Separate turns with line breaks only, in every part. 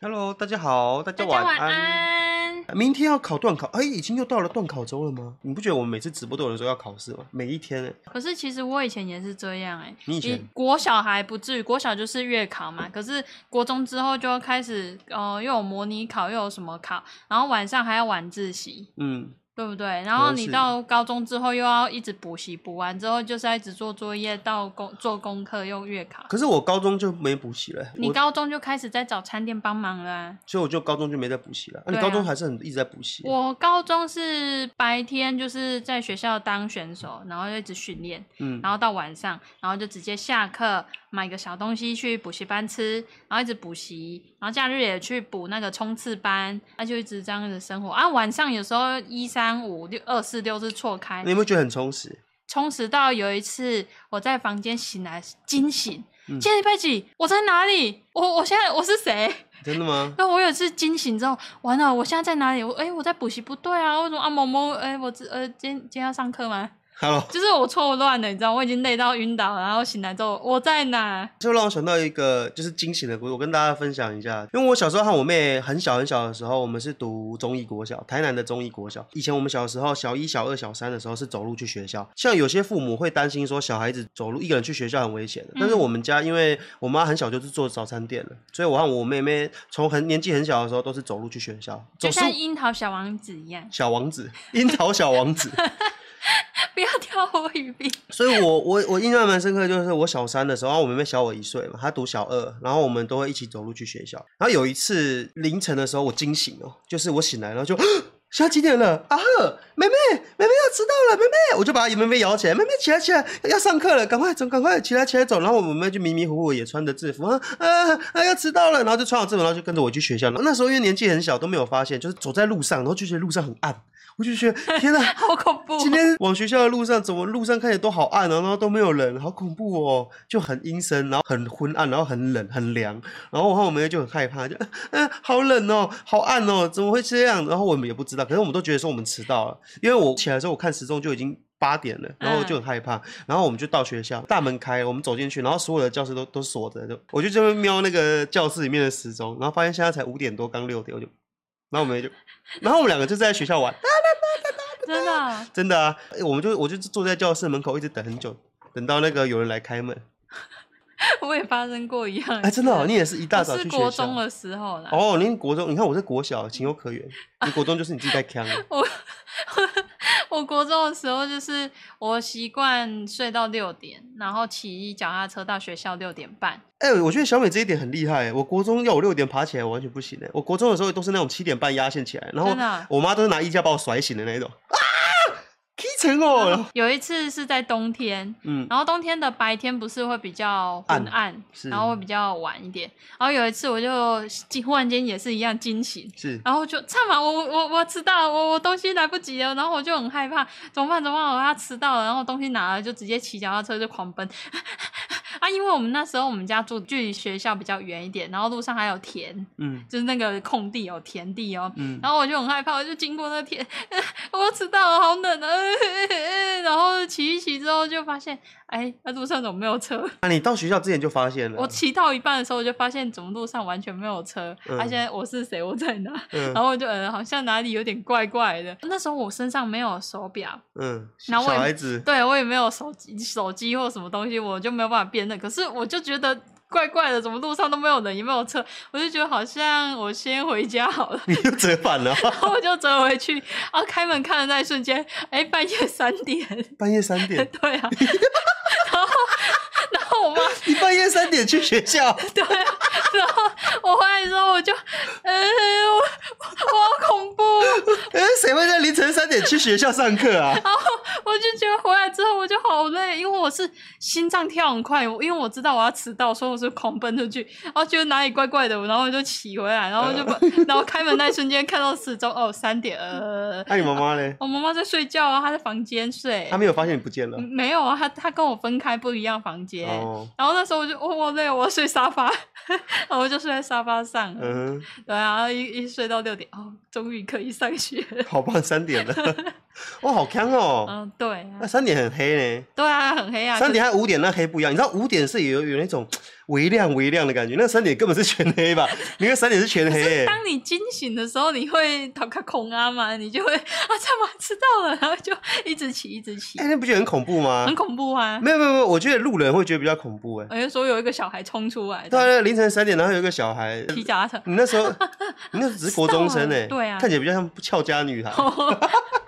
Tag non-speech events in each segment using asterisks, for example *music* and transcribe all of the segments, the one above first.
Hello，大家好，大家
大家晚
安。
安。
明天要考段考，哎、已经又到了段考周了吗？你不觉得我们每次直播都有人说要考试吗？每一天、哎
可是其实我以前也是这样哎、欸，
你以前
国小还不至于，国小就是月考嘛。可是国中之后就开始，呃，又有模拟考，又有什么考，然后晚上还要晚自习，
嗯，
对不对？然后你
是
到高中之后又要一直补习，补完之后就是要一直做作业，到功做功课又月考。
可是我高中就没补习了、哎
你
我
高中就开始在早餐店帮忙了啊、
所以我就高中就没在补习了。啊，
对
你
啊
高中还是很一直在补习。
我高中是白天就是在学校当选手，然后就一直训练，
嗯
然后到晚上，然后就直接下课买个小东西去补习班吃，然后一直补习，然后假日也去补那个冲刺班，那、就一直这样子生活啊。晚上有时候一三五六二四六是错开
你，有没有觉得很充实？
充实到有一次我在房间醒来惊醒
嗯，
现在佩奇，我在哪里？我我现在我是谁？ *laughs*
真的吗？ *laughs*
那我有一次惊醒之后，完了，我现在在哪里？我哎、我在补习部队啊，为什么啊某某哎、我这呃今天今天要上课吗？
Hello，
就是我错乱了，你知道，我已经累到晕倒了，然后醒来之后我在哪？
就让我想到一个就是惊喜的故事，我跟大家分享一下。因为我小时候和我妹很小很小的时候，我们是读中义国小，台南的中义国小。以前我们小时候小一、小二、小三的时候是走路去学校，像有些父母会担心说小孩子走路一个人去学校很危险的。
嗯
但是我们家因为我妈很小就是做早餐店的，所以我和我妹妹从很年纪很小的时候都是走路去学校，走
就
十
像樱桃小王子一样，
小王子、樱桃小王子。
*laughs* 不要挑我语病。
所以我我我印象蛮深刻，就是我小三的时候，然后我妹妹小我一岁嘛，她读小二，然后我们都会一起走路去学校。然后有一次凌晨的时候，我惊醒哦，就是我醒来，然后就。 *gasps* 现在几点了？啊呵，妹妹，妹妹要迟到了，妹妹，我就把妹妹摇起来，妹妹起来起来，要上课了，赶快走，赶快起来起来走。然后我妹妹就迷迷糊糊也穿着制服，啊啊啊，要迟到了，然后就穿好制服，然后就跟着我去学校。然后那时候因为年纪很小，都没有发现，就是走在路上，然后就觉得路上很暗，我就觉得天哪，
好恐怖哦、
今天往学校的路上，怎么路上看起来都好暗哦，然后都没有人，好恐怖哦，就很阴森，然后很昏暗，然后很冷，很凉。然后我和我们就很害怕，就 *laughs* 嗯、呃好冷哦，好暗哦，怎么会这样？然后我们也不知道，可是我们都觉得说我们迟到了，因为我起来的时候我看时钟就已经。八点了，然后我就很害怕，然后我们就到学校，大门开了，我们走进去，然后所有的教室都都锁着，就我就这边瞄那个教室里面的时钟，然后发现现在才五点多，刚六点，我就，然后我们就，然后我们两个就在学校玩，
真的啊，
真的啊，欸我们就我就坐在教室门口一直等很久，等到那个有人来开门。
我也发生过一样的
哎、真的、哦，
事
你也是一大早
我
去
是
学校。
国中的时候啦。
哦，您国中，你看我是国小，情有可原。你国中就是你自己在扛，啊
我我国中的时候，就是我习惯睡到六点，然后骑脚踏车到学校六点半。
哎、我觉得小美这一点很厉害。我国中要我六点爬起来，我完全不行的。我国中的时候都是那种七点半压线起来，然后
真的啊
我妈都是拿衣架把我甩醒的那一种啊，踢成哦。
*laughs*
然后
有一次是在冬天，
嗯，
然后冬天的白天不是会比较昏暗，
是
然后会比较晚一点。然后有一次我就惊忽然间也是一样惊醒，
是
然后就差嘛，我我我迟到了，我我东西来不及了，然后我就很害怕，怎么办？怎么办？我要迟到了，然后东西拿了就直接骑脚踏车就狂奔。 *laughs* 啊，因为我们那时候我们家住距离学校比较远一点，然后路上还有田，
嗯
就是那个空地哦，田地哦，
嗯，
然后我就很害怕，我就经过那天， *laughs* 我迟到了，好冷啊！ *laughs* 然后骑一骑之后就发现，哎，那路上怎么没有车？
啊，你到学校之前就发现了，
我骑到一半的时候，我就发现怎么路上完全没有车，
嗯
而且我是谁，我在哪？
嗯
然后我就呃，好像哪里有点怪怪的。那时候我身上没有手表，
嗯，小
然后我也
孩子
对我也没有手机、手机或什么东西，我就没有办法辨认。可是我就觉得怪怪的，怎么路上都没有人，也没有车，我就觉得好像我先回家好
*laughs*
了。*laughs*
你又折返了， *laughs*
然后我就折回去，然后开门看的那一瞬间，哎，半夜三点， *laughs*
半夜三点，
对啊， *laughs* 然后 *laughs* 然后我妈
你 *laughs* 半夜三点去学校。 *laughs*
对啊，然后我回来之后我就，呃，我我好恐怖，
哎，谁会在凌晨三点去学校上课
*laughs*
啊？
我就觉得回来之后我就好累，因为我是心脏跳很快，我因为我知道我要迟到，所以我是狂奔出去，然后觉得哪里怪怪的，然后我就骑回来，然后
嗯
就把，然后开门那一瞬间看到时钟，哦，三点，呃，
那、你妈妈嘞？
我妈妈在睡觉啊，她在房间睡，
她没有发现你不见了
嗯。没有啊，他他跟我分开不一样房间，
哦，
然后那时候我就哦我累，我要睡沙发， *laughs* 然后我就睡在沙发上了，
嗯，
对啊，一一睡到六点，哦，终于可以上学了，
好棒，三点了。 *laughs* 哇、好强哦！
嗯，对啊
那、，三点很黑呢，
对啊，很黑啊，
三点和五点那黑不一样。你知道五点是有有那种，微亮微亮的感觉。那三点根本是全黑
*laughs*
吧？你看三点是全
可
黑、
是
欸，
当你惊醒的时候，你会逃卡恐啊嘛，你就会啊，怎么知道了？然后就一直骑，一直骑
哎、，那不觉得很恐怖吗
很？恐怖啊！
没有没有没有，我觉得路人会觉得比较恐怖哎、
我就说有一个小孩冲出来，
对啊，凌晨三点，然后有一个小
*laughs*
孩，
骑脚踏车，
你那时候你那时候只是国中生哎、
知道啊对啊
看起来比较像俏家女孩。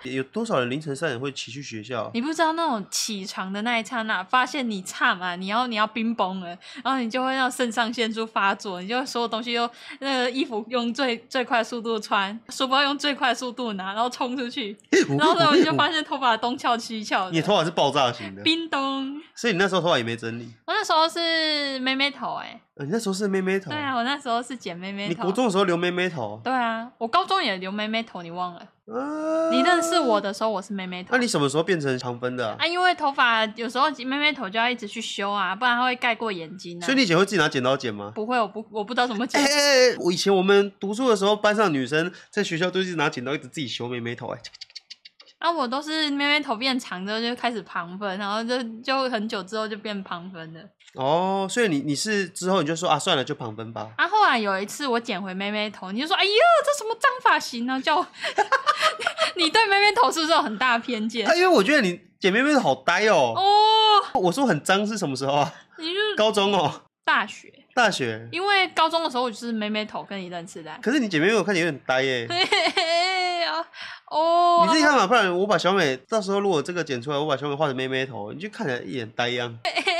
有多少人凌晨三点会骑去学校？
*laughs* 你不知道那种起床的那一刹那，发现你差嘛，你要你要冰崩了，然后你就会让肾上腺素发作，你就所有东西又那个衣服用最最快速度穿，书包用最快速度拿，然后冲出去，然后呢我就发现头发东翘西翘
你
的，
头发是爆炸型的，
冰咚。
所以你那时候头发也没整理。
*laughs* 我那时候是妹妹头哎、
呃你那时候是妹妹头，
对啊，我那时候是剪妹妹
你
头
国。中的时候留妹妹头，
对啊，我高中也留妹妹头，你忘了？
啊
你认识我？的时候我是妹妹头
那、。你什么时候变成长分的啊、
啊，因为头发有时候妹妹头就要一直去修啊，不然它会盖过眼睛啊。
所以你以前会自己拿剪刀剪吗？
不会，我不我不知道怎么
哎、
剪。
哎哎我以前我们读书的时候，班上女生在学校都是拿剪刀一直自己修妹妹头、哎，
啊，我都是妹妹头变长之后就开始旁分，然后就就很久之后就变旁分了。
哦，所以你你是之后你就说啊，算了，就旁分吧。
啊，后来有一次我剪回妹妹头，你就说：“哎呦，这什么脏发型呢、叫我 *laughs* 你对妹妹头是不是有很大的
*laughs*
偏见
啊，？因为我觉得你剪妹妹头好呆哦。
哦，
我说很脏是什么时候啊？
你就是
高中哦，
大学，
大学。
因为高中的时候我就是妹妹头跟你认识的 *laughs* 啊、
可是你剪妹妹我看你有点呆耶、
嘿嘿嘿啊哦，
你自己看嘛，不然我把小美到时候如果这个剪出来，我把小美画成妹妹头，你就看起来一脸呆样。
嘿嘿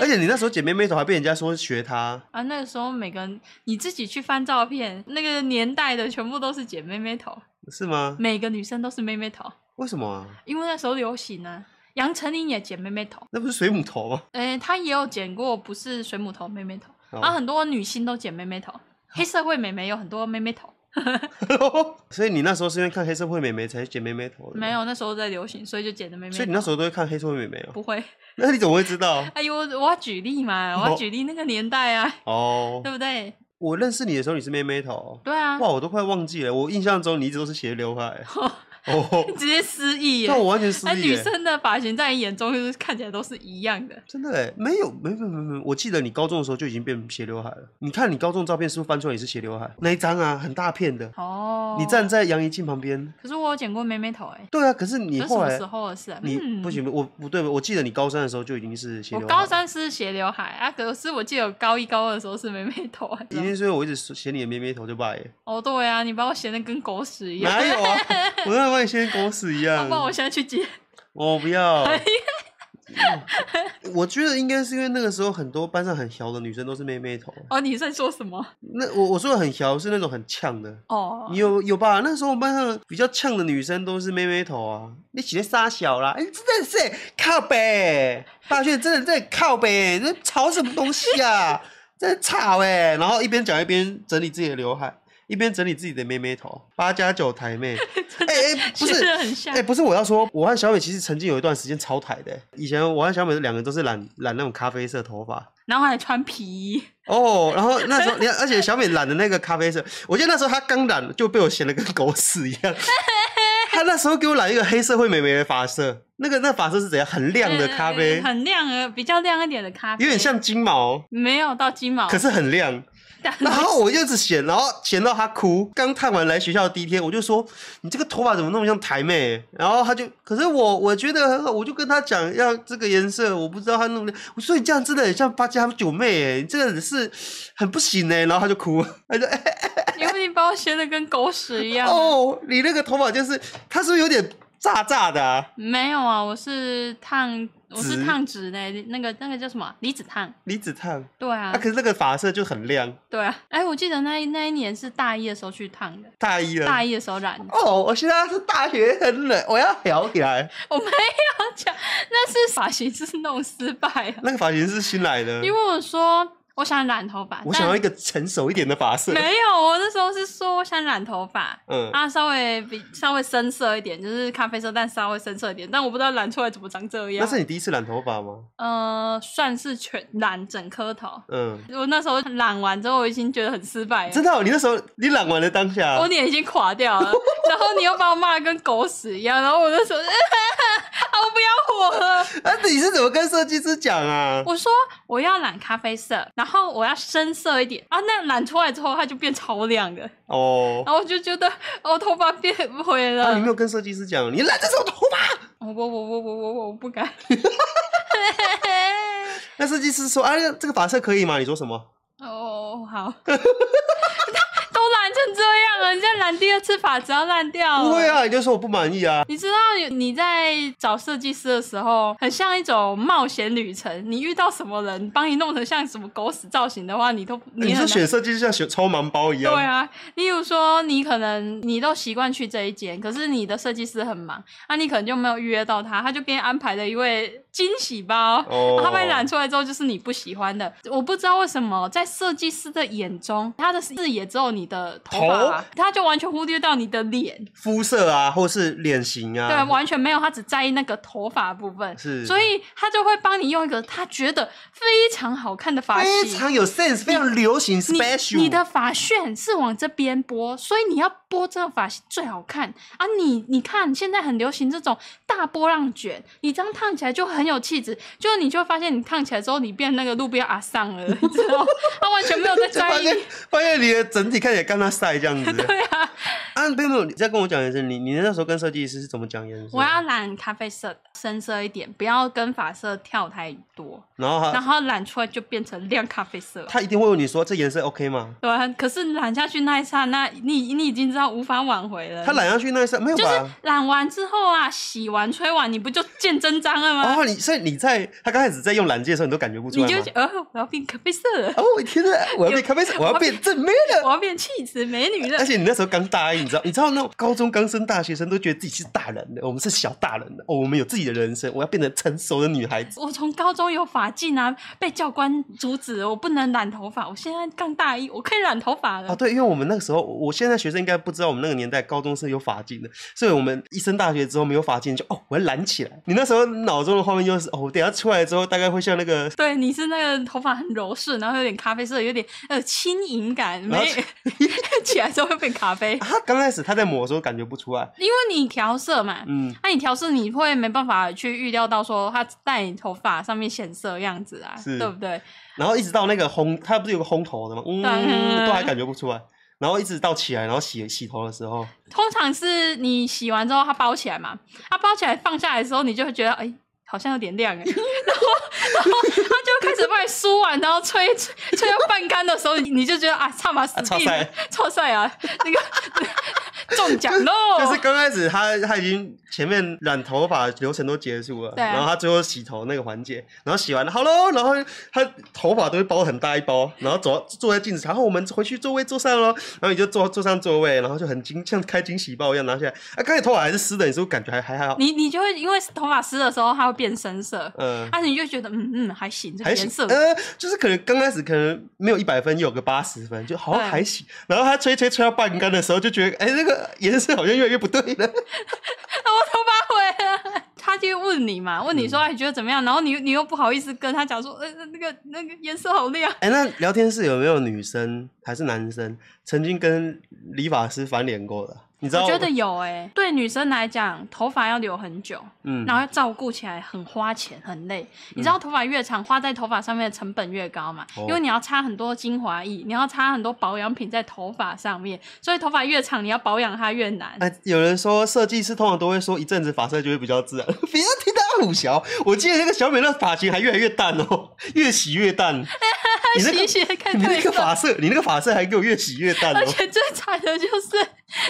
而
嘿
且你那时候剪妹妹头还被人家说学她，
啊，那个时候每个人你自己去翻照片，那个年代的全部都是剪妹妹头，
是吗？
每个女生都是妹妹头，
为什么啊？
因为那时候流行啊。杨丞琳也剪妹妹头，
那不是水母头吗？
诶、她也有剪过不是水母头妹妹头，
哦啊
然后很多女星都剪妹妹头，黑社会妹妹有很多妹妹头，
*laughs* 所以你那时候是因为看黑社会美眉才剪妹妹头的？
没，有那时候在流行，所以就剪的妹妹头。
所以你那时候都会看黑社会美眉哦。
不会？
那你怎么会知
*laughs*
道？
哎呦，我要举例嘛，我要
哦
举例那个年代啊，
哦，
对不对？
我认识你的时候你是妹妹头，
对啊，
哇，我都快忘记了。我印象中你一直都是斜刘
*laughs*
海。哦，
直接失忆耶
但。我完全失
哎，
忆
女
耶。
生的发型在你眼中就是看起来都是一样的。
真的哎，没有，没有，没有，没有没有，我记得你高中的时候就已经变斜刘海了。你看你高中照片是不是翻出来也是斜刘海那一张啊，很大片的。
哦，
你站在杨怡静旁边。
可是我有剪过妹妹头哎、
对啊，可是
这
你
是什
后
么
来
时候的事、啊？
你
嗯、
不。行，我不对，我记得你高三的时候就已经是斜
我
刘海了。
高三是斜刘海啊，可是我记得我高一高二的时候是妹妹头、啊。
一定是因为我一直嫌你的妹妹头就罢了。
哦，对啊，你把我嫌的跟狗屎一样。
哪
*laughs*
有啊？我那把你嫌狗屎一
好
样。
不好？我哎现在去剪。
我不要。 *laughs* 我觉得应该是因为那个时候很多班上很调的女生都是妹妹头。
哦，你在说什么？
那我我说的很调是那种很呛的。
哦，
你有有吧？那时候我们班上比较呛的女生都是妹妹头啊，你起来撒小啦！哎、真的是靠北，大学真的在靠北，你在吵什么东西啊？ *laughs* 真的吵哎、然后一边讲一边整理自己的刘海，一边整理自己的妹妹头，八加九台 *laughs* 妹。哎哎、不
觉
是
得很像
哎、。不是我要说，我和小美其实曾经有一段时间超台的、以前我和小美两个都是染染那种咖啡色头发，
然后还穿皮衣，
哦，然后那时候你看，而且小美染的那个咖啡色，我记得那时候她刚染就被我显得跟狗屎一
*laughs*
样。她那时候给我染一个黑社会美眉的发色，那个那发色是怎样？很亮的咖啡
嗯，很亮啊，比较亮一点的咖啡，
有点像金毛，
没有到金毛，
可是很
*laughs*
亮。
但
然后我就一直显，然后显到她哭。刚烫完来学校的第一天，我就说你这个头发怎么那么像台妹？然后她就，可是我我觉得很好，我就跟她讲要这个颜色，我不知道她弄的。我说你这样真的很像八家九妹哎，你这个人是很不行哎。然后她就哭，她就哎。
因为你把我掀的跟狗屎一样。
哦，你那个头发就是，它是不是有点炸炸的啊？
没有啊，我是烫，我是
直
烫直的，那个那个叫什么离子烫。
离子烫，
对啊
啊，，可是那个发色就很亮，
对啊。哎，我记得那一那一年是大一的时候去烫的，
大一了。
大一的时候染的。
哦，我现在是大学很冷，我要聊起来。
我没有讲，那是发型是弄失败了，
那个发型是新来的，
因为我说我想染头发，
嗯 *laughs* 我
但
想要一个成熟一点的发色。
没有，我那时候是说我想染头发。
*laughs* 嗯，
啊，稍微比稍微深色一点，就是咖啡色，但稍微深色一点。但我不知道染出来怎么长这
那
样。
是你第一次染头发吗？
呃，算是全染整颗头。
嗯，
我那时候染完之后，我已经觉得很失败了，哦
真的哦、你那时候你染完了当下
我， *laughs* 脸已经垮掉了。然后你又把我骂得跟狗屎一样，然后我那时候，啊，啊不要火了。
*laughs* 啊，你是怎么跟设计师讲啊？
我说我要染咖啡色，然后我要深色一点啊。那染出来之后，它就变超亮了，
哦，
然后我就觉得我、哦头发变灰了。
啊，你没有跟设计师讲，你染这种头发？ *laughs*
我我我我我我我不敢。
那设计师说，啊，这个发色可以吗？你说什么？
*laughs* 哦， *laughs* 好。都都染成这样了，你再染第二次发只要烂掉。
不会。啊，你就说我不满意啊。
你知道你在找设计师的时候，很像一种冒险旅程。你遇到什么人帮你弄成像什么狗屎造型的话，你都
你
很
说
难
选设计就像选抽盲包一样。
对啊，例如说你可能你都习惯去这一间，可是你的设计师很忙，那、你可能就没有预约到他，他就给你安排了一位惊喜包。
哦，
他被染出来之后，就是你不喜欢的。我不知道为什么，在设计师的眼中，他的视野只有你的头发
头，
他就完全忽略到你的脸，
肤色啊，或是脸型啊。
对，完全没有，他只在意那个头发部分，
是
所以他就会帮你用一个他觉得非常好看的发型，
非常有 sense，非常流行 special。
你你的发旋是往这边拨，所以你要拨这个发型最好看啊！你你看，现在很流行这种大波浪卷，你这样烫起来就很有气质。就你就会发现，你烫起来之后，你变那个路边阿桑了，你知道吗？他完全没有
*laughs*
在
就
在
发
意
现。发现你的整体看起来干他晒这样子。
*laughs* 对啊，
啊，没有没有，你再跟我讲一声，你你那时候跟设计师是怎么讲一件事？
*laughs* 我要染咖啡色的，深色一点，不要跟发色跳太多，
然后
然
他
后染出来就变成亮咖啡色。
他一定会问你说这颜色 OK 吗？
对啊，可是染下去那一刹那，你你已经知道无法挽回了。
他染上去那一下没有
嗯就是
吧？
染完之后啊，洗完吹完，你不就见真章了吗？
哦，你所以你在他刚开始在用染剂的时候，你都感觉不出
呃你
来吗
就觉？得呃，我要变咖啡色了，
哦，我天
*laughs*
哪！我要变咖啡色，我要变正妹了。
我要变气质美
*laughs*
女了
而。且你那时候刚大一，你知道，你知道那种高中刚升大学生都觉得自己是大人的，我们是小大人的，哦，我们有自己的人生，我要变成成熟的女孩子。
我从高中有发禁啊，被教官阻止，我不能染头发。我现在刚大一，我可以染头发了。
啊，对，因为我们那个时候，我我现在学生应该不知道我们那个年代高中是有法禁的，所以我们一升大学之后没有法禁，就哦，我要拦起来。你那时候脑中的画面就是哦，我等一下出来之后大概会像那个，
对，你是那个头发很柔顺，然后有点咖啡色，有点呃轻盈感，
然后
没 *laughs* 起来之后会变
*laughs*
咖啡，
啊，刚开始他在抹的时候感觉不出来，
因为你调色嘛。
嗯，
那、你调色，你会没办法去预料到说它在你头发上面显色的样子啊，
是
对不对？
然后一直到那个烘，他不是有个烘头的吗？嗯，
对
都还感觉不出来。然后一直到起来，然后洗洗头的时候，
通常是你洗完之后它包起来嘛，它包起来放下来的时候，你就会觉得哎、好像有点亮哎，然后然后它就开始帮你梳完，然后吹吹吹到半干的时候，你你就觉得啊，差嘛死定
啊
了，错赛啊，那个 *laughs* 中奖喽！
就是刚开始他他已经前面染头发流程都结束了，
对啊
然后他最后洗头那个环节，然后洗完了好喽，然后他头发都会包很大一包，然后走坐在镜子前，然后我们回去座位坐上喽，然后你就坐坐上座位，然后就很惊像开惊喜包一样拿下来，啊，刚才头发还是湿的，你是不是感觉还还还好？
你你就会因为头发湿的时候，它会变深色，
嗯、
啊，你就觉得嗯嗯还行，这个
还
颜
行
色，
呃，就是可能刚开始可能没有一百分，有个八十分，就好像
对
还行。然后他吹吹吹到半干的时候，就觉得哎、那个颜色好像越来越不对了。
我头发毁了。 *laughs* 他就问你嘛，问你
嗯
说、哎你觉得怎么样？然后你你又不好意思跟他讲说，呃，呃那个那个颜色好亮。
哎、那聊天室有没有女生还是男生曾经跟理发师翻脸过的？你知道？
我觉得有哎、对女生来讲，头发要留很久，
嗯
然后要照顾起来很花钱，很累。你知道头发越长，花在头发上面的成本越高嘛？
哦
因为你要擦很多精华液，你要擦很多保养品在头发上面，所以头发越长，你要保养它越难。
哎、有人说设计师通常都会说一阵子发色就会比较自然， *laughs* 不要听他虎小。我记得那个小美那发型还越来越淡哦，越洗越
*laughs*
淡。你那个
洗一洗看
你
到
那
一
个
个
发色，你那个发色还给我越洗越淡
而
哦。
且最惨的就是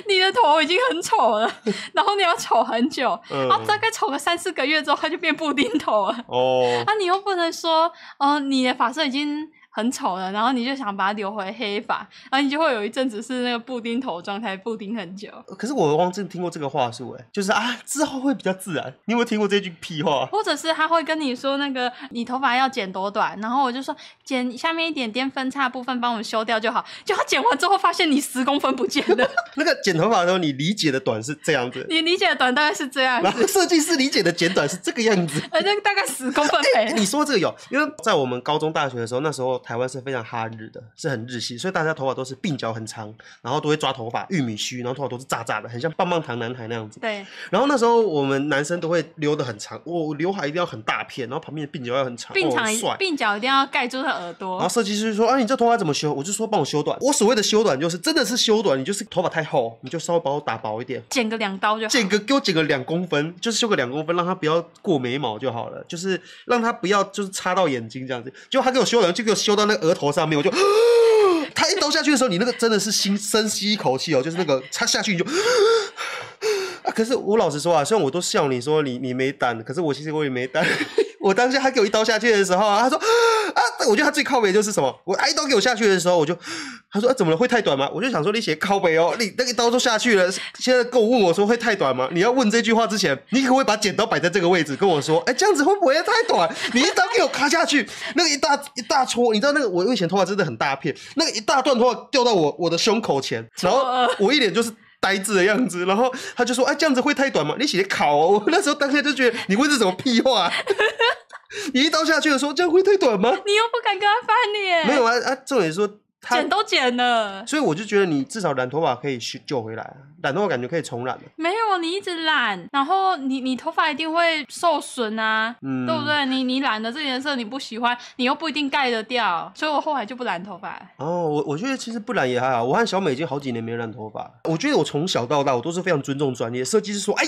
你的头已经很丑了，然后你要丑很久，
嗯
然后大概丑个三四个月之后，它就变布丁头了。
哦，
啊，你又不能说，哦，你的发色已经很丑了，然后你就想把它留回黑发，然后你就会有一阵子是那个布丁头状态，布丁很久。
可是我忘记听过这个话术，哎，就是啊，之后会比较自然。你有没有听过这句屁话？
或者是他会跟你说那个你头发要剪多短，然后我就说剪下面一点点分叉部分帮我们修掉就好。就他剪完之后发现你十公分不见了， *laughs*
那个剪头发的时候，你理解的短是这样子，
你理解的短大概是这样
然
子，
后设计师理解的
*laughs*
剪短是这个样子。
呃，那大概十公分没了。
你说这个有，因为在我们高中、大学的时候，那时候台湾是非常哈日的，是很日系，所以大家头发都是鬓角很长，然后都会抓头发，玉米须，然后头发都是炸炸的，很像棒棒糖男孩那样子。 *laughs*
对，
然后那时候我们男生都会留的很长，我、刘海一定要很大片，然后旁边的鬓角要很长，
鬓
哦
长
很
一
帅。
鬓角一定要盖住他耳
然后
朵，
设计师就说：“啊，你这头发怎么修？”我就说：“帮我修短。”我所谓的修短就是真的是修短，你就是头发太厚，你就稍微把我打薄一点，
剪个两刀就好。
剪个给我剪个两公分，就是修个两公分，让它不要过眉毛就好了，就是让它不要就是插到眼睛这样子。结果他给我修了，就给我修到那个额头上面，我就。 *gasps* 他一刀下去的时候，你那个真的是心深吸一口气哦，就是那个他下去你就 *gasps* *laughs* 啊。可是我老实说啊，虽然我都笑你说你你没胆，可是我其实我也没胆。 *laughs* 我当下他给我一刀下去的时候啊，他说啊，我觉得他最靠北就是什么？我啊一刀给我下去的时候，我就他说、啊、怎么了？会太短吗？我就想说你写靠北哦，你那个一刀都下去了，现在跟我问我说会太短吗？你要问这句话之前，你可不可以把剪刀摆在这个位置跟我说？哎、这样子会不会太短？你一刀给我咔下去，那个一大一大撮，你知道那个我以前头发真的很大片，那个一大段头发掉到我我的胸口前，然后
错愕
*laughs* 我一脸就是。呆滞的样子，然后他就说：“哎、这样子会太短吗？你写考哦。” *laughs* 我那时候当下就觉得你问这什么屁话、 *laughs* 你一刀下去的时候，这样会太短吗？
你又不敢跟他翻脸，
没有啊啊！重点是说他
剪，都剪了，
所以我就觉得你至少染头发可以修救回来啊，染头发感觉可以重染的、
没有你一直染，然后你你头发一定会受损啊。
嗯，
对不？对？你你染的这颜色你不喜欢，你又不一定盖得掉，所以我后来就不染头发 *laughs* 了。
哦，我我觉得其实不染也还好。我和小美已经好几年没染头发了。我觉得我从小到大我都是非常尊重专业。设计师说，哎。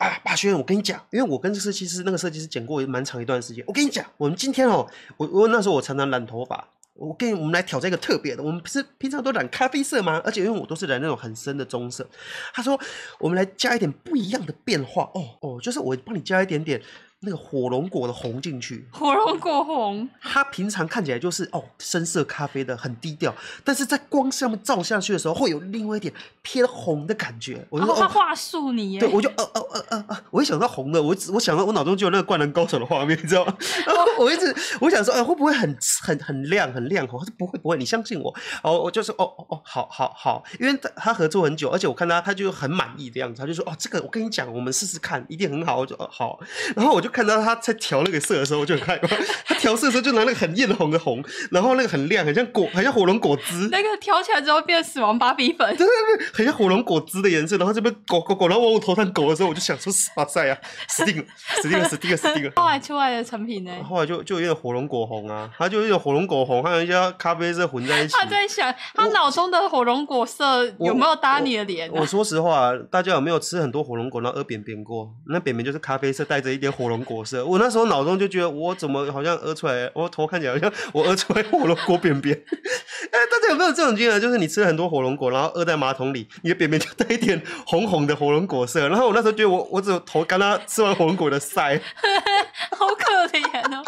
啊，霸轩，我跟你讲，因为我跟设计师那个设计师剪过蛮长一段时间。我跟你讲，我们今天哦，我我那时候我常常染头发，我跟你我们来挑战一个特别的。我们不是平常都染咖啡色吗？而且因为我都是染那种很深的棕色。他说，我们来加一点不一样的变化。哦哦，就是我帮你加一点点那个火龙果的红进去，
火龙果红，
它平常看起来就是哦深色咖啡的，很低调，但是在光上面照下去的时候，会有另外一点偏红的感觉。我
然
就说、哦，
后他话术你耶，
对，我就哦哦哦哦哦，我一想到红的，我只我想到我脑中就有那个灌篮高手的画面，你知道吗？然后我一直我想说，哎，会不会很很很亮很亮红？他说不会不会，你相信我。哦，我就说哦哦哦，好好好，因为他他合作很久，而且我看他他就很满意的样子，他就说哦这个我跟你讲，我们试试看，一定很好。我就哦好，然后我就看到他在调那个色的时候，我就很害怕。他调色的时候就拿那个很艳红的红，然后那个很亮，很像果，很像火龙果汁，
那个挑起来之后变死亡芭比粉，
很像火龙果汁的颜色。然后这边狗狗狗，然后往我头上狗的时候，我就想说，哇塞啊，死定了，死定了，死定了，死定了。
后来出来的成品呢？
后来就就有点火龙果红啊，它就有点火龙果红，还有一些咖啡色混
*laughs*
在一起。
他在想，他脑中的火龙果色有没有搭你的脸、
我
啊？
说实话，大家有没有吃很多火龙果，然后饿扁扁过？那扁扁就是咖啡色，带着一点火龙果色。我那时候脑中就觉得，我怎么好像饿出来？我头看起来好像我饿出来火龙果扁 *laughs* 扁。哎、大家有没有这种经验？就是你吃了很多火龙果，然后饿在马桶里，你的扁扁就带一点红红的火龙果色。然后我那时候觉得我，我只有头刚刚吃完火龙果的 *laughs* 晒。
*laughs* 好可怜哦！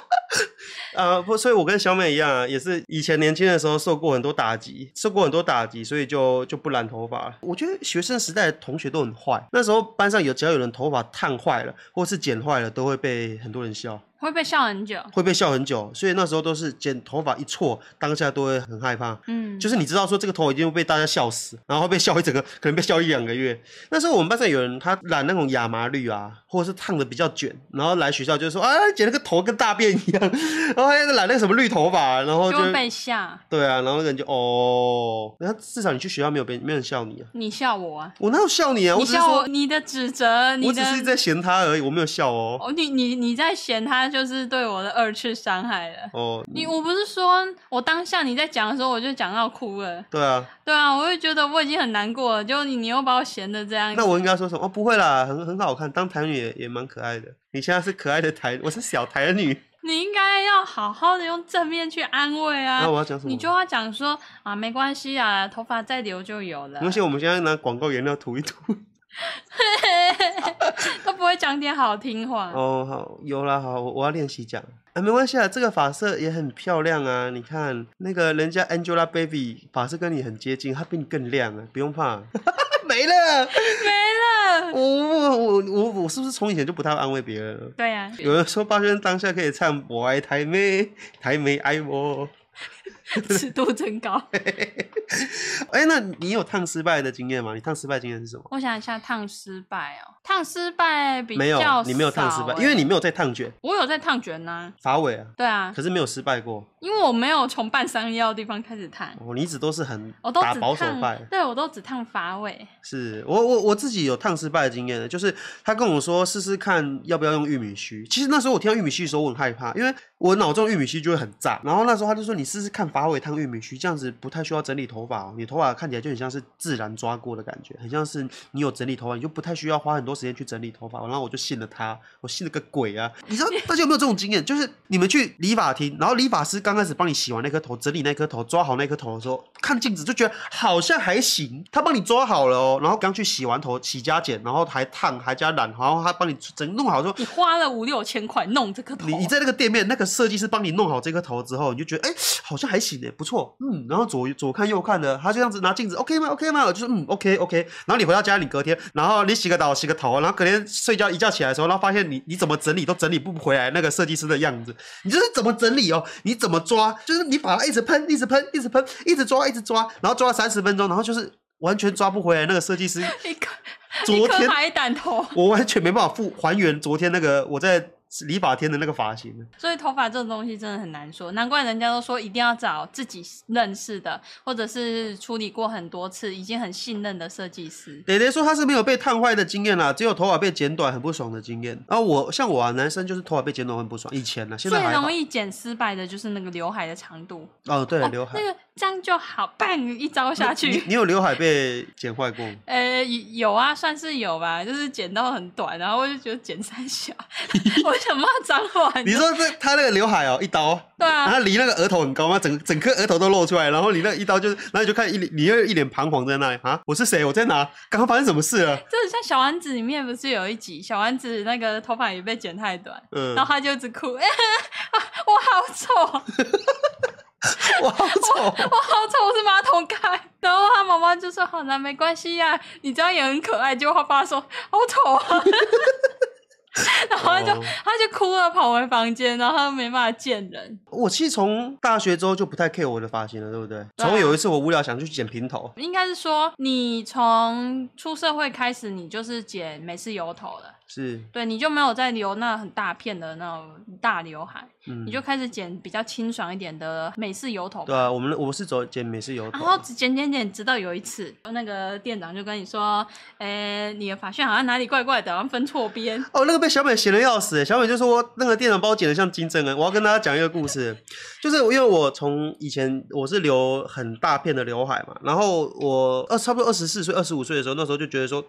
啊、不，所以我跟小美一样啊，也是以前年轻的时候受过很多打击，受过很多打击，所以就就不染头发了。我觉得学生时代的同学都很坏，那时候班上有只要有人头发烫坏了或是剪坏了，都会被很多人笑，
会被笑很久。
会被笑很久。所以那时候都是剪头发一错，当下都会很害怕。
嗯，
就是你知道说这个头已经被大家笑死，然后被笑一整个，可能被笑一两个月。那时候我们班上有人他染那种亚麻绿啊，或者是烫的比较卷，然后来学校就说啊，剪了个头跟大便一样， *laughs* 然后还染那个什么绿头发，然后就
就会被吓。
对啊，然后那个人就哦，那至少你去学校没有被没有人笑你啊，
你笑我啊！
我哪有笑你啊？
你
我只是
笑我，
说
你的指责，你
我只
的
是在嫌他而已，我没有笑哦。
哦，你你你在嫌他就是对我的二次伤害了。
哦，
你我不是说我当下你在讲的时候，我就讲到哭了。
对啊，
对啊，我就觉得我已经很难过了，结果你你又把我嫌的这样。
那我应该说什么？哦，不会啦，很很好看，当台女也也蛮可爱的。你现在是可爱的台，我是小台女，
你应该要好好的用正面去安慰啊
那。我要讲什么？
你就要讲说啊，没关系啊，头发再留就有了
而，且我们现在拿广告颜料涂一涂。
嗯都不会讲点好听话。
哦，好，有啦，好，我我要练习讲。啊，没关系啊，这个发色也很漂亮啊。你看那个人家 Angelababy 发色跟你很接近，她比你更亮啊，不用
*laughs*
怕。没了，
没了，
*laughs* 我我我我我是不是从以前就不太安慰别人了？
对呀、啊，
有人说八轩当下可以唱《我爱台妹，台妹爱我》，
尺度
*laughs*
真高。
哎、那你有烫失败的经验吗？你烫失败经验是什么？
我想一下，烫失败哦，烫失败比较
没有，你没有烫失
少
败，
欸
因为你没有在烫卷
我有在烫卷呐、
发尾啊，
对啊，
可是没有失败过。
因为我没有从半山腰的地方开始烫，
哦，你一直都是很
我都
打
只
保守派
烫，。对我都只烫发尾，
是我我我自己有烫失败的经验的，就是他跟我说试试看要不要用玉米须。其实那时候我听到玉米须的时候，我很害怕，因为我脑中玉米须就会很炸。然后那时候他就说你试试看发尾烫玉米须，这样子不太需要整理头发哦，你头发看起来就很像是自然抓过的感觉，很像是你有整理头发，你就不太需要花很多时间去整理头发。然后我就信了他，我信了个鬼啊！你知道大家有没有这种经验？ *laughs* 就是你们去理发厅，然后理发师刚开始帮你洗完那颗头、整理那颗头、抓好那颗头的时候，看镜子就觉得好像还行，他帮你抓好了哦。然后刚去洗完头、洗加剪，然后还烫、还加染，然后他帮你整弄好之后，
你花了五六千块弄这个头，
你你在那个店面，那个设计师帮你弄好这颗头之后，你就觉得哎、好像还行哎、不错，嗯。然后左左看右看的，他就这样子拿镜子，OK 吗？OK 吗？我就是嗯，OK OK。然后你回到家，你隔天，然后你洗个澡，洗个头，然后隔天睡觉一觉起来的时候，然后发现你你怎么整理都整理不回来那个设计师的样子，你就是怎么整理哦，你怎么抓，就是你把它一直喷，一直喷，一直喷，一直抓，一直抓，然后抓了三十分钟，然后就是完全抓不回来那个设计师
一颗一
昨
颗 *laughs*
天
海胆头，
我完全没办法复还原昨天那个我在理发天的那个发型。
所以头发这种东西真的很难说，难怪人家都说一定要找自己认识的，或者是处理过很多次、已经很信任的设计师。
蕾蕾说她是没有被烫坏的经验啦，只有头发被剪短很不爽的经验。啊，我像我啊，男生就是头发被剪短很不爽，以前呢、啊现
最
在还好
容。易剪失败的就是那个刘海的长度，
哦，对，
哦
刘海。
那个这样就好，棒一招下
你
去。
你有刘海被剪坏过吗？
呃，有啊，算是有吧，就是剪到很短，然后我就觉得剪
*laughs*
三小，我想骂脏话。
你
知道
说这他那个刘海哦，一刀，
对
然后
啊，
离那个额头很高吗？整整颗额头都露出来，然后你那一刀就是，然后你就看一脸，你又一脸彷徨在那里啊，我是谁？我在哪？刚刚发生什么事了？
这像小丸子里面不是有一集，小丸子那个头发也被剪太短，
嗯
然，后他就一直哭， *laughs* 哎啊我好丑，
我好丑。哦
我好丑，我是马桶盖。然后他妈妈就说：“好啦，没关系呀、你这样也很可爱。”结果他爸说：“好
*laughs*
丑啊！”然后他就、
哦
他就哭了，跑回房间，然后他没办法见人，
*laughs* 我其实从大学之后就不太 care 我的发型了，对不对？
对啊
从有一次我无聊想去剪平头，
应该是说你从出社会开始，你就是剪美式油头了。
是，
对，你就没有再留那很大片的那种大刘海，
嗯，
你就开始剪比较清爽一点的美式油头吧
对啊，我们我是走剪美式油头
然，后只剪剪剪，直到有一次，那个店长就跟你说：“诶、你的发线好像哪里怪怪的，好像分错边。
哦，那个被小美嫌的要死欸，小美就说那个店长帮我剪的像金正恩。我要跟大家讲一个故事，就是因为我从以前我是留很大片的刘海嘛，然后我二差不多二十四岁、二十五岁的时候，那时候就觉得说，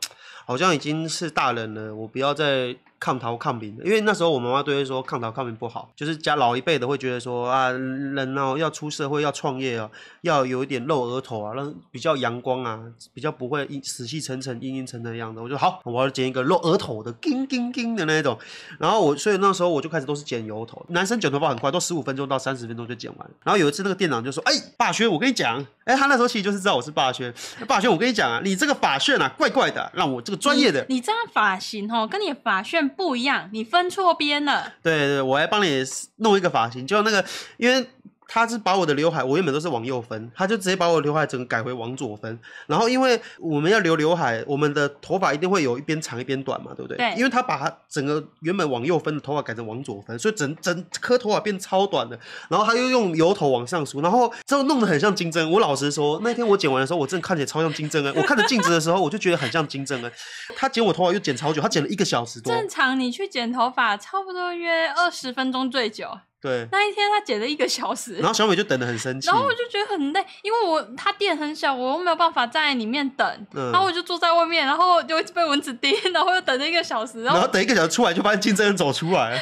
好像已经是大人了，我不要再抗逃抗病了。因为那时候我妈妈都会说抗逃抗病不好，就是家老一辈的会觉得说啊，人哦要出社会要创业哦，要有一点露额头啊，让比较阳光啊，比较不会阴死气沉沉、阴阴沉沉的样子。我就好，我要剪一个露额头的，叮叮叮的那一种。然后我所以那时候我就开始都是剪油头，男生剪头发很快，都十五分钟到三十分钟就剪完了。然后有一次那个店长就说：“哎、霸轩，我跟你讲，哎、他那时候其实就是知道我是霸轩，霸轩，我跟你讲啊，你这个发旋啊，怪怪的，让我这个 *laughs* 专业的，
你这样发型哦，跟你的发线不一样，你分错边了。
对对，我来帮你弄一个发型，就那个，因为他是把我的刘海，我原本都是往右分，他就直接把我的刘海整个改回往左分。然后因为我们要留刘海，我们的头发一定会有一边长一边短嘛，对不对？
对
因为他把他整个原本往右分的头发改成往左分，所以整整颗头发变超短的。然后他又用油头往上梳，然后之后弄得很像金正恩。我老实说，那天我剪完的时候，我真的看起来超像金正恩。我看着镜子的时候，我就觉得很像金正恩。他剪我头发又剪超久，他剪了一个小时多。
正常你去剪头发，差不多约二十分钟最久。
对。
那一天他剪了一个小时
然，后小美就等得很生气，
然后我就觉得很累，因为我他店很小，我又没有办法在里面等，
嗯
然后我就坐在外面，然后就一直被蚊子
*laughs*
叮，然后又等了一个小时，然
然
后哦
后等一个小时出来，就发现竞争人走出来了。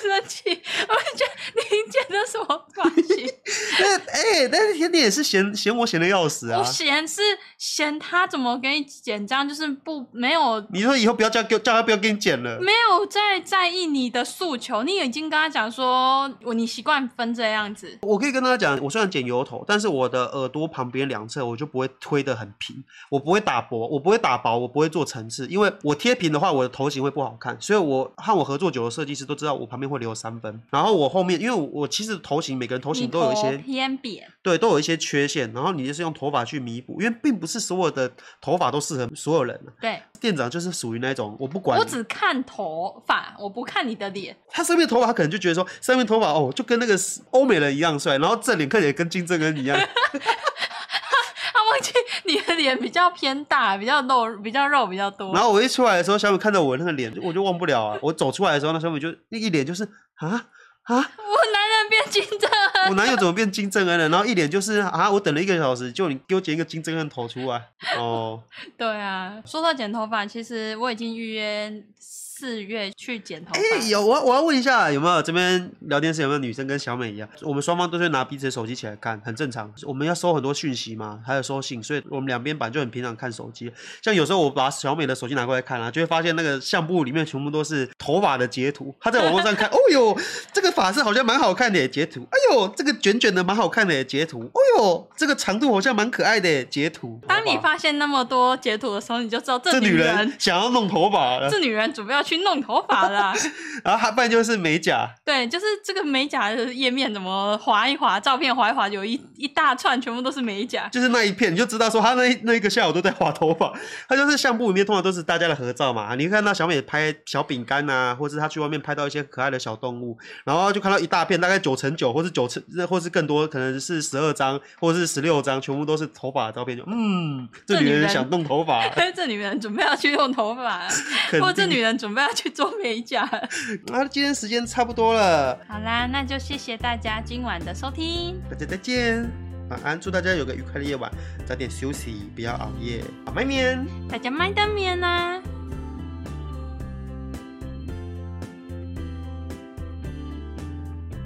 生气，我就觉得你剪的什么发
*laughs*
型？哦
那哎、但是甜点也是嫌嫌我嫌的要死啊
我。嫌是嫌他怎么给你剪这样，就是不没有
你说以后不要叫叫他不要给你剪了，
没有在在意你的诉求，你已经跟他讲说，我你习惯分这样子，
我可以跟大家讲，我虽然剪油头，但是我的耳朵旁边两侧我就不会推得很平，我不会打薄，我不会打薄，我不会做层次，因为我贴平的话，我的头型会不好看。所以我和我合作久的设计师都知道，我旁边会留三分，然后我后面，因为我我其实头型每个人头
你
型都有一些
偏扁，
对，都有一些缺陷，然后你就是用头发去弥补，因为并不是所有的头发都适合所有人啊。
对
店长就是属于那种我不管
我
你，
只看头发，我不看你的脸，
他上面头发他可能就觉得说上面头发哦就跟那个欧美人一样帅，然后这脸看起来跟金正恩一
*laughs*
样，
他忘记你的脸比较偏大，比较肉，比较肉比较多
然。后我一出来的时候，小美看到我那个脸，我就忘不了啊。我走出来的时候，那小美就一脸就是啊啊，
我男人变金正恩，
我男友怎么变金正恩了？然后一脸就是啊，我等了一个小时，就你给我剪一个金正恩头出来哦。
对啊。说到剪头发，其实我已经预约四月去剪头发。
哎、有我我要问一下，有没有这边聊天室有没有女生跟小美一样？我们双方都是拿彼此的手机起来看，很正常。我们要收很多讯息嘛，还有收信，所以我们两边本来就很平常看手机。像有时候我把小美的手机拿过来看啊，就会发现那个相簿里面全部都是头发的截图。她在网络上 *laughs* 看，哦呦，这个发饰好像蛮好看的，截图。哎呦，这个卷卷的蛮好看的，截图。哦呦，这个长度好像蛮可爱的，截图。
当你
好吧
发现那么多截图的时候，你就知道这
这
女
女
人 *laughs*
人，想要弄头发了，
这女人准备要去弄头发了。
*laughs* 然后还不然就是美甲。
对，就是这个美甲的页面怎么划一划，照片划一划，有一一大串全部都是美甲。 *laughs*
就是那一片，你就知道说他那一那一个下午都在画头发。他就是相簿里面通常都是大家的合照嘛，你会看到小美拍小饼干呐，或是她去外面拍到一些可爱的小动物，然后就看到一大片，大概九乘九，或是九乘，或是更多，可能是十二张，或是十六张，全部都是头发的照片。就嗯，这女人想弄头发，
这女人准备要去弄头发，
*laughs* 肯
或者这
定
女人准备要去做美甲。
啊，今天时间差不多了，
好啦，那就谢谢大家今晚的收听，
大家再见，晚安，祝大家有个愉快的夜晚，早点休息，不要熬夜，好，拜拜。
大家麦当面啦、